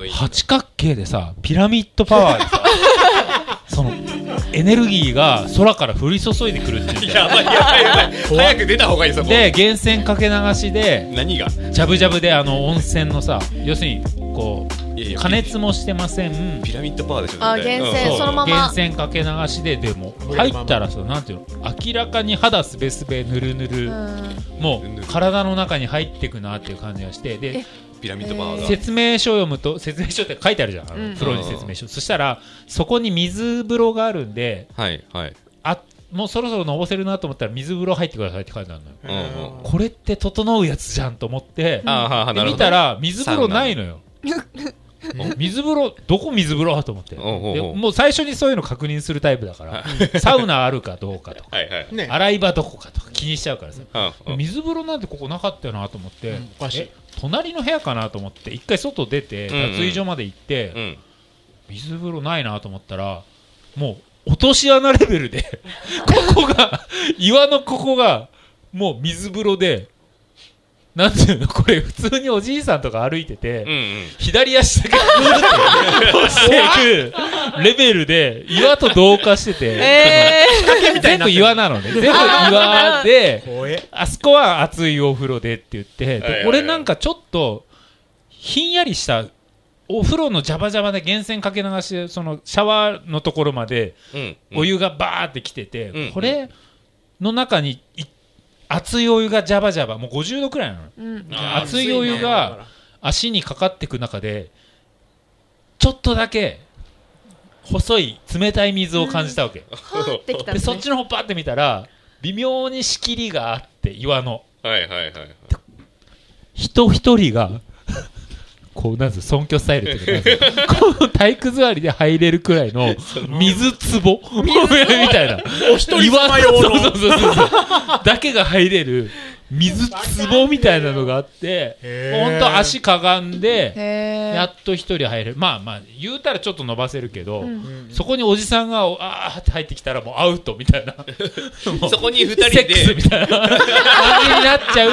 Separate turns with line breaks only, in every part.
いいね
八角形でさピラミッドパワー でさそのエネルギーが空から降り注いでくるっていうんだよ
やばいやばいやばい早く出た方がいいぞもう
で源泉かけ流しで
何が
ジャブジャブであの温泉のさ要するにこ
いやいうや
加熱もしてません
ピラミッドパワーでしょ
あ
絶対
厳選
う
そのまま
源泉かけ流しででも入ったらさなんていうの明らかに肌すべすべぬるぬるもう体の中に入ってくなっていう感じがしてで
え
ピラミッドパワーが
説明書を読むと説明書って書いてあるじゃんあの
うん
風呂に説明書そしたらそこに水風呂があるんで
はいはい
あもうそろそろのぼせるなと思ったら水風呂入ってくださいって書いてあるのよ
うんうん
これって整うやつじゃんと思って
あーはーはー
で
なる
見
ほ
た
ど
ら水風呂ないのよえ水風呂どこ水風呂と思ってで
おうおうおう
もう最初にそういうの確認するタイプだからサウナあるかどうかとか
はいはい
ね
洗い場どこかとか気にしちゃうからさ
うんうん
水風呂なんてここなかったよなと思って、
うんおかしい
え隣の部屋かなと思って一回外出て
うんうん
脱衣所まで行って、
うん
水風呂ないなと思ったらもう落とし穴レベルで ここが岩のここがもう水風呂でなんていうのこれ普通におじいさんとか歩いてて、
うんうん
左足だけグーって落ちていくレベルで岩と同化してて、
え
全部岩なのね全部岩で
怖え
あそこは熱いお風呂でって言って、で
はいはいはい
俺なんかちょっとひんやりしたお風呂のジャバジャバで源泉かけ流しでそのシャワーのところまで
うん
お湯がバーってきてて、
うん
これの中にい熱いお湯がジャバジャバもう50度くらいなの
ー、うん
あー
熱いお湯が足にかかってく中でちょっとだけ細い冷たい水を感じたわけ、
はーってきたん
で
で
そっちの方バーって見たら微妙に仕切りがあって岩の。
はいはいはいはい
人一人がこうなんす尊敬スタイルっていうかなんす この体育座りで入れるくらいの水壺みたいな
お一人様用
そうそ
の
うそうそうそうだけが入れる水壺みたいなのがあって
へー
ほんと足かがんで
へ
やっと一人入れるまあまあ言うたらちょっと伸ばせるけど、
うん
そこにおじさんがおあーって入ってきたらもうアウトみたいな
そこに二人
セックス
で
み たいな感じになっちゃ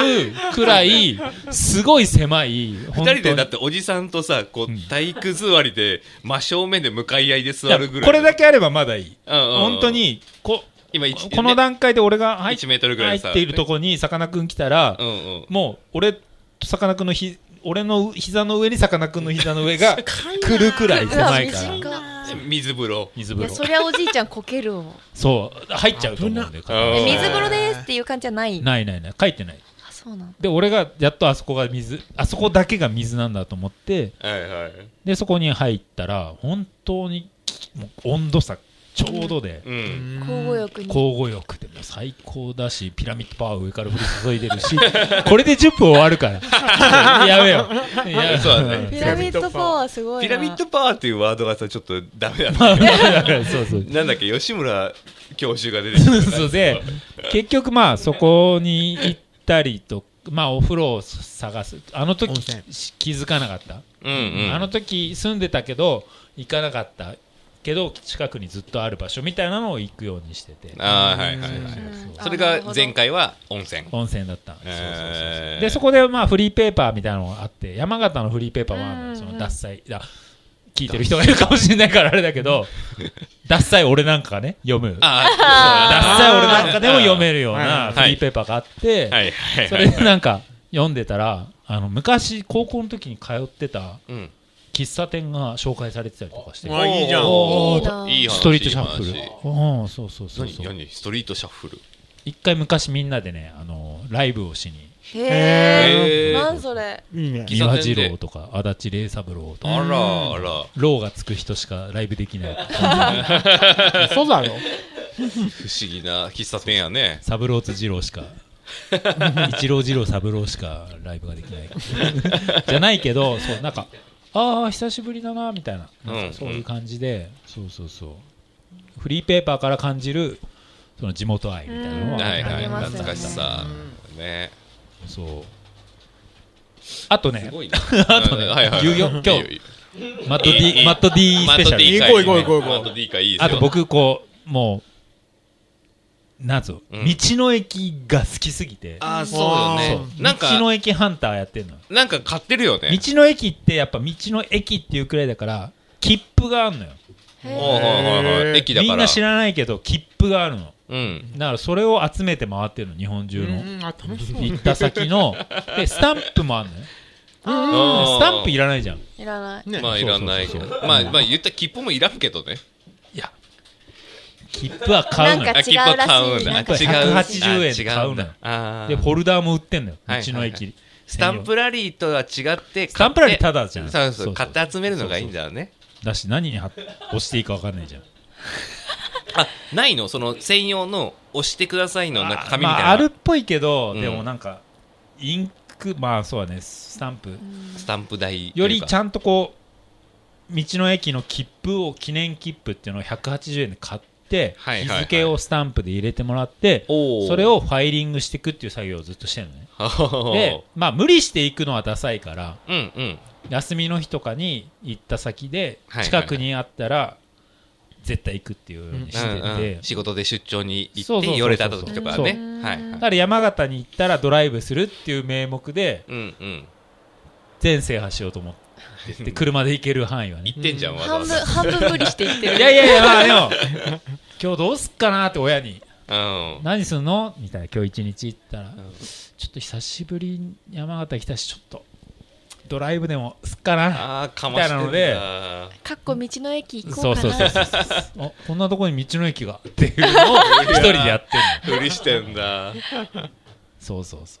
うくらいすごい狭い
二人でだってておじさんとさこ
うん
う体育座りで真正面で向かい合いで座るぐらい
これだけあればまだいい
うんうんうん
本当にこ
今一
この段階で俺が入っ
1メートルぐらい
入っているとこにさかなクン来たら、
うんうん
もう俺とさかなクンのひ俺の膝の上にさかなクンの膝の上 が来るくらい狭いから
ら
水風呂
水
い
風
やそ
呂
りゃおじいちゃんこけるわ
そう入っちゃうと思うんで
危ない
え
うん
水風呂ですっていう感じじゃない
ないないない書いてない
あそうなんだ
で俺がやっとあそこが水あそこだけが水なんだと思って
はいはい
でそこに入ったら本当にきもう温度差ちょうどで、
うん
交互浴に
交互浴でも最高だしピラミッドパワー上から降り注いでる しこれで10分終わるからやめようやめよ
そうだね
ピラミッドパワーすごい
ピ
な
ラミッドパワーっていうワードがさちょっとダメだった
うそうそう
なんだっけ吉村教授が出てきた
そうで結局まあそこに行ったりとまあお風呂を探すあの時
温泉
気づかなかった、
うんうん
あの時住んでたけど行かなかったけど近くにずっとある場所みたいなのを行くようにしてて
あーはいはいは
う
い
ん
それが前回は温泉
温泉だったんですよ
えー
でそこでまあフリーペーパーみたいなのがあって山形のフリーペーパーはあるのよ
うん
その脱菜あ聞いてる人がいるかもしれないからあれだけど 脱菜俺なんかがね読む脱
あ
菜俺なんかでも読めるような
あー
フリーペーパーがあっ
ーは
て
いはい
そ
は
れ
い
でなんか読んでたらあの昔高校の時に通ってた
うん
喫茶店が紹介されてたりとかして
あいいじゃん
おー
いいない
い話
ストリートシャッフ
い
ル
い話
うんそうそうそう
何
そう
何ストリートシャッフル
一回昔みんなでねあのライブをしに
へ
へー
えなんそれ
いいね
喫茶
岩
店
次
で
郎とか足立礼三郎と
あ
から
あら
ローがつく人しかライブでき ない
そうだろ
不思議な喫茶店やね
サブローツ二郎しか一郎二郎三郎しかライブができないじゃないけどそうなんかああ久しぶりだなみたいななん
うん
かそういう感じで、そうそうそうフリーペーパーから感じるその地元愛みたいなの
うん
はい
あ
はい
りますよね
懐かしさね
そうあとね
すごいな
あとね
うんはいはいはい
言うよ今日
いいいいよ
マット D マット D スペシャル
行こう行こう行こう行こう
マット D 会いいです
あ
よ
と僕こうもうなんつうの
うん
道の駅が好きすぎて、
ああ、そうよね
あ。
なん
道
か、
の駅ハンターやってんのよ
なんか買ってるよ
道
ね。
の駅ってやっぱ道の駅っていうくらいだから切符があるのよ
へ
おう
ー
おうおうおう駅だから。
みんな知らないけど切符があるの
うん。
だからそれを集めて回ってるの日本中の
うんあ楽しそう
行った先 のでスタンプもあるのよ
あ
スタンプいらないじゃんい
ーいらない。
ね
まあ、いらないけど。
そうそうそう
まあ、まあ、言ったら切符もいらんけどね。
や切符は買うのよ
なんか
あ、切符は買うんだ。
な
あ
ん
違
か
う。
180円で
あ
買
違
うのよ
だあ
で
ー
フォルダーも売ってんのよ道
はい
の
はいは
駅
ス
ス
タンプラリーとは違って、
スタンプラリータダじゃん
そう
そ
そう
そう
う、買って集めるのがいいんだよね。
だし何に貼っ押していいか分かんないじゃん
あ、ないのその専用の押してくださいの、なんか紙みたいな。
まあ、あるっぽいけど、
うん
でもなんかインクまあそうだねスタンプ
スタンプ台
よりち
ゃん
ゃんとこう道の駅の切符を記念切符っていうのを180円で買って、
はいはいはい
日付をスタンプで入れてもらって
おー
それをファイリングしていくっていう作業をずっとしてるのねで
で、
まあ無理していくのはダサいから
うんうん。
休みの日とかに行った先で
はいはいは
近
い
くにあったら絶対行くっていうようにしてて、
うんうん仕事で出張に行
そうそうそう
って
そう
寄れた時とかね
そう
はい
だ
は
か
い
ら山形に行ったらドライブするっていう名目で
うんうん
全制覇しようと思って で車で行ける範囲はね
行ってんじゃんわざ
半
わ
分、
ざ
半分無理していってる。
いやいやいや、まあでも、今日どうすっかなって親に、
うん
何すんのみたいな、今日一日行ったら、
ん
ちょっと久しぶりに山形来たし、ちょっと、ドライブでもすっかな。
ああかましてん
みたい
だ
かっこ道の駅行
そ
こう
う
か
そう
な。
そうそうそう。おこんなとこに道の駅がっていうのを 一人でやってんの。
ふりしてんだ
そうそうそう。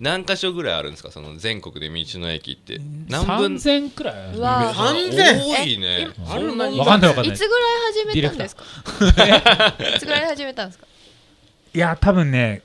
何箇所ぐらいあるんですかその全国で道の駅って何分
3000くらいう
わ
三千
多いね
え
そんなに
わかんないわかん
い
ない
つ。ぐらい始めたんですかいつぐらい始めたんですか
いや、多分ね、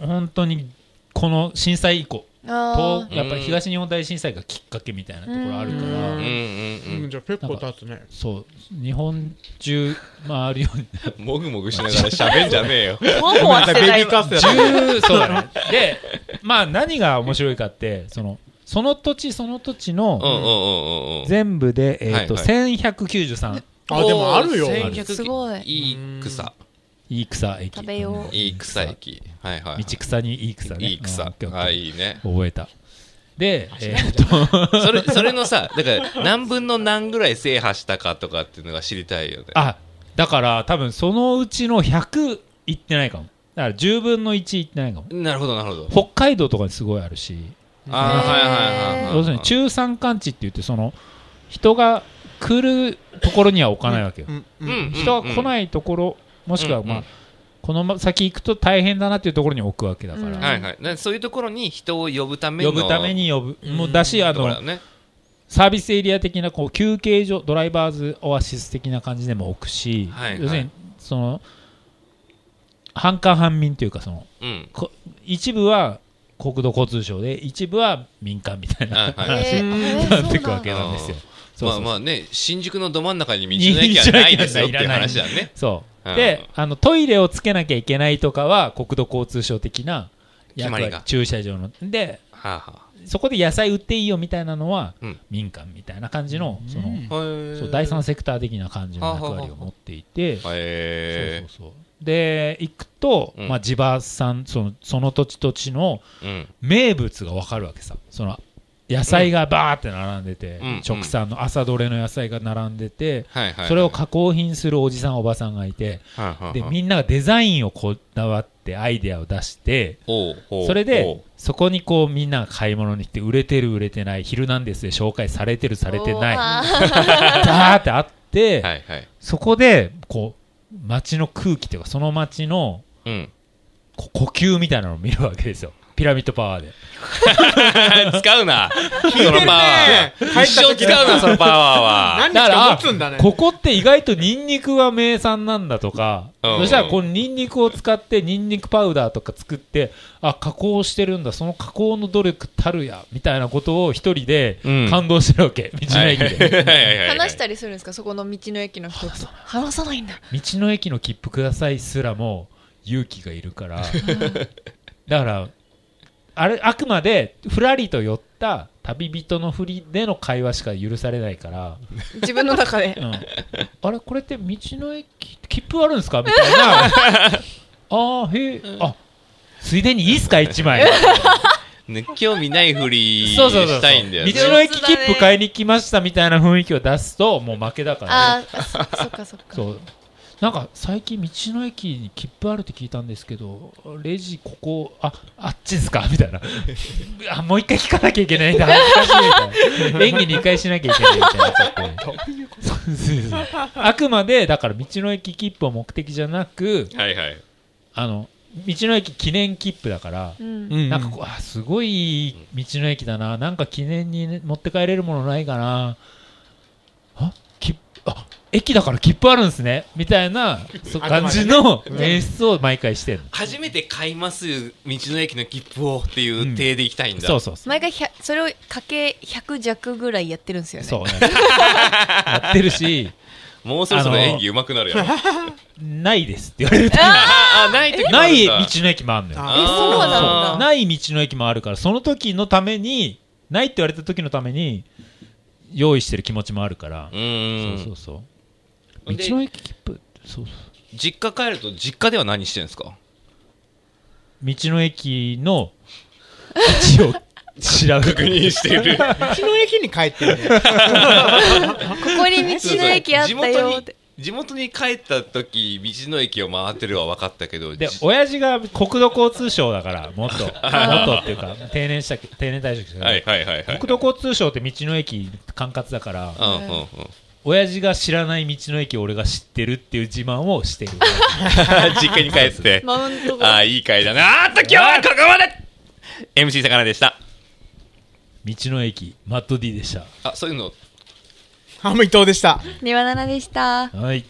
本当に、この震災以降、
あ
東やっぱり東日本大震災がきっかけみたいなところあるか
う
ら
うんう
ん、
ん
うんじゃあ結構経つね
そう、日本中回るように
うんもぐもぐしながら喋んじゃねえよ
あ。もうもうしてないわ。
カス
10そうだねでまあ何が面白いかってそのその土地その土地
うんうん
の
うんうんうん
全部で、えーと
はい
1193
あでもあるよ
おー
ある
1100
すごい
いい草
いい草駅
食べよ
うん
う
いい草駅はいはいはい
道草にいい草ね
いい
うん
草
オッケーオッケー
あいいね
覚えたでえーと
それそれのさだから何分の何ぐらい制覇したかとかっていうのが知りたいよね
あだから多分そのうちの100行ってないかもだから10分の1行ってないかも
なるほどなるほど
北海道とかにすごいあるし
あーはいはいはいはい
要するに中山間地って言ってその人が来るところには置かないわけよ
うんう
うんんうんうん
人が来ないところ、もしくは、
うんうん
まあ、この先行くと大変だなっていうところに置くわけだか
うん
ら、
はいはいなそういうところに人を呼ぶための
呼ぶために呼ぶ、
うん
もうだし、あ
ところ
の
だね
サービスエリア的なこう休憩所、ドライバーズオアシス的な感じでも置くし、
はいはい
要するにその半官半民というかその、
うん
一部は国土交通省で、一部は民間みたいな
はいはい
え ー
なっていくわけ
えー
なんですよ
あー。
そうそうそう
まあまあね新宿のど真ん中に道の駅はないですよっていう話だね
そう。
うん
で、あの、トイレをつけなきゃいけないとかは、国土交通省的な
決まりが
役割駐車場の。で、
はあは
そこで野菜売っていいよみたいなのは、
うん
民間みたいな感じの、その、
あへえ
そう第三セクター的な感じの役割を持っていて、
へ
そうそうそう。で、行くと、
うん
まあ、地場産、その、その土地土地の
えうん
名物がわかるわけさ。その、野菜がバーって並んでて、
うん
直産の朝どれの野菜が並んでて、
はいはい
それを加工品するおじさんおばさんがいて、でみんながデザインをこだわってアイデアを出してそ
そ
れでそこにこうみんなが買い物に来て売れてる売れてない「ヒルナンデス」で紹介されてるされてない
あー
ダーってあって、
はいはい
そこでこう街の空気というかその街の
うん
こ呼吸みたいなのを見るわけですよピラミッドパワーで
使う なそのパワー一生使うなそのパワーは
何日か持つんだね
ここって意外とニンニクが名産なんだとか、
うん
そしたらこのニンニクを使ってニンニクパウダーとか作ってあ加工してるんだその加工の努力たるやみたいなことを一人で
うん
感動してるわけ、道の駅で、
話したたりするんですかそこの道の駅の人と話さないんだ
道の駅の切符くださいすらも勇気がいるから だからあれあくまでふらりと寄った旅人のふりでの会話しか許されないから、
自分の中 で
うん、あれこれって道の駅切符あるんですかみたいなああ、へえ
う。ん
あ、ついでにいいっすか、1枚。
ね、興味ないふり
そうそうそうそう。
したいんだよね。
道の駅切符買いに来ましたみたいな雰囲気を出すと、もう負けだから、ね。
ああ、そそっかそっか。
そう。なんか最近道の駅に切符あるって聞いたんですけどレジここああっちですかみたいな あもう一回聞かなきゃいけないんだ恥ずかしいみたいな演技2回しなきゃいけないみたいになっちゃってそうそうそうあくまでだから道の駅切符を目的じゃなく
はいはい。
あの道の駅記念切符だから
う。
うんん
なんかこうあすごいいい道の駅だななんか記念にね持って帰れるものないかなあ切符あ駅だから切符あるんですねみたいなそう
あくまで
感
ね
じの
うん
演出を毎回してる、
初めて買います、道の駅の切符をっていう体で行きたいんだ。
そうそうそう
毎回ひゃそれをかけ100弱ぐらいやってるんですよね。
そうやってるし
もうそろそろ演技上手くなるやろ。あ
ないですって言われると
あー、ない時もあ
な
るん
い
だ
道の駅もあるのよ
あ
え、そうな
ー
んだ。
ない道の駅もあるからその時のためにないって言われた時のために用意してる気持ちもあるから
う、ーん。
そうそうそううん
で
道の駅切符そうそう
実家帰ると、実家では何してるんですか
道の駅の位置を調べ
確
る
認して る。
道の駅に帰ってるね。
ここに道の駅あったよって。
地元に帰った時、道の駅を回ってるは分かったけど、
で
じ
親父が国土交通省だから もっとも
あ
っとっていうか定年したけ定年退職した、
はいはいはいはい。
国土交通省って道の駅管轄だから
うんうんうん。
親父が知らない道の駅を俺が知ってるっていう自慢をしてる
実家に帰っ て。
マウント
あ
が。
あ、いい回だな。あーっと、今日はここまで !MC 魚でした。
道の駅マット D でし
あ、そういうの
ハム伊藤でした。
ねわななでした。
たはい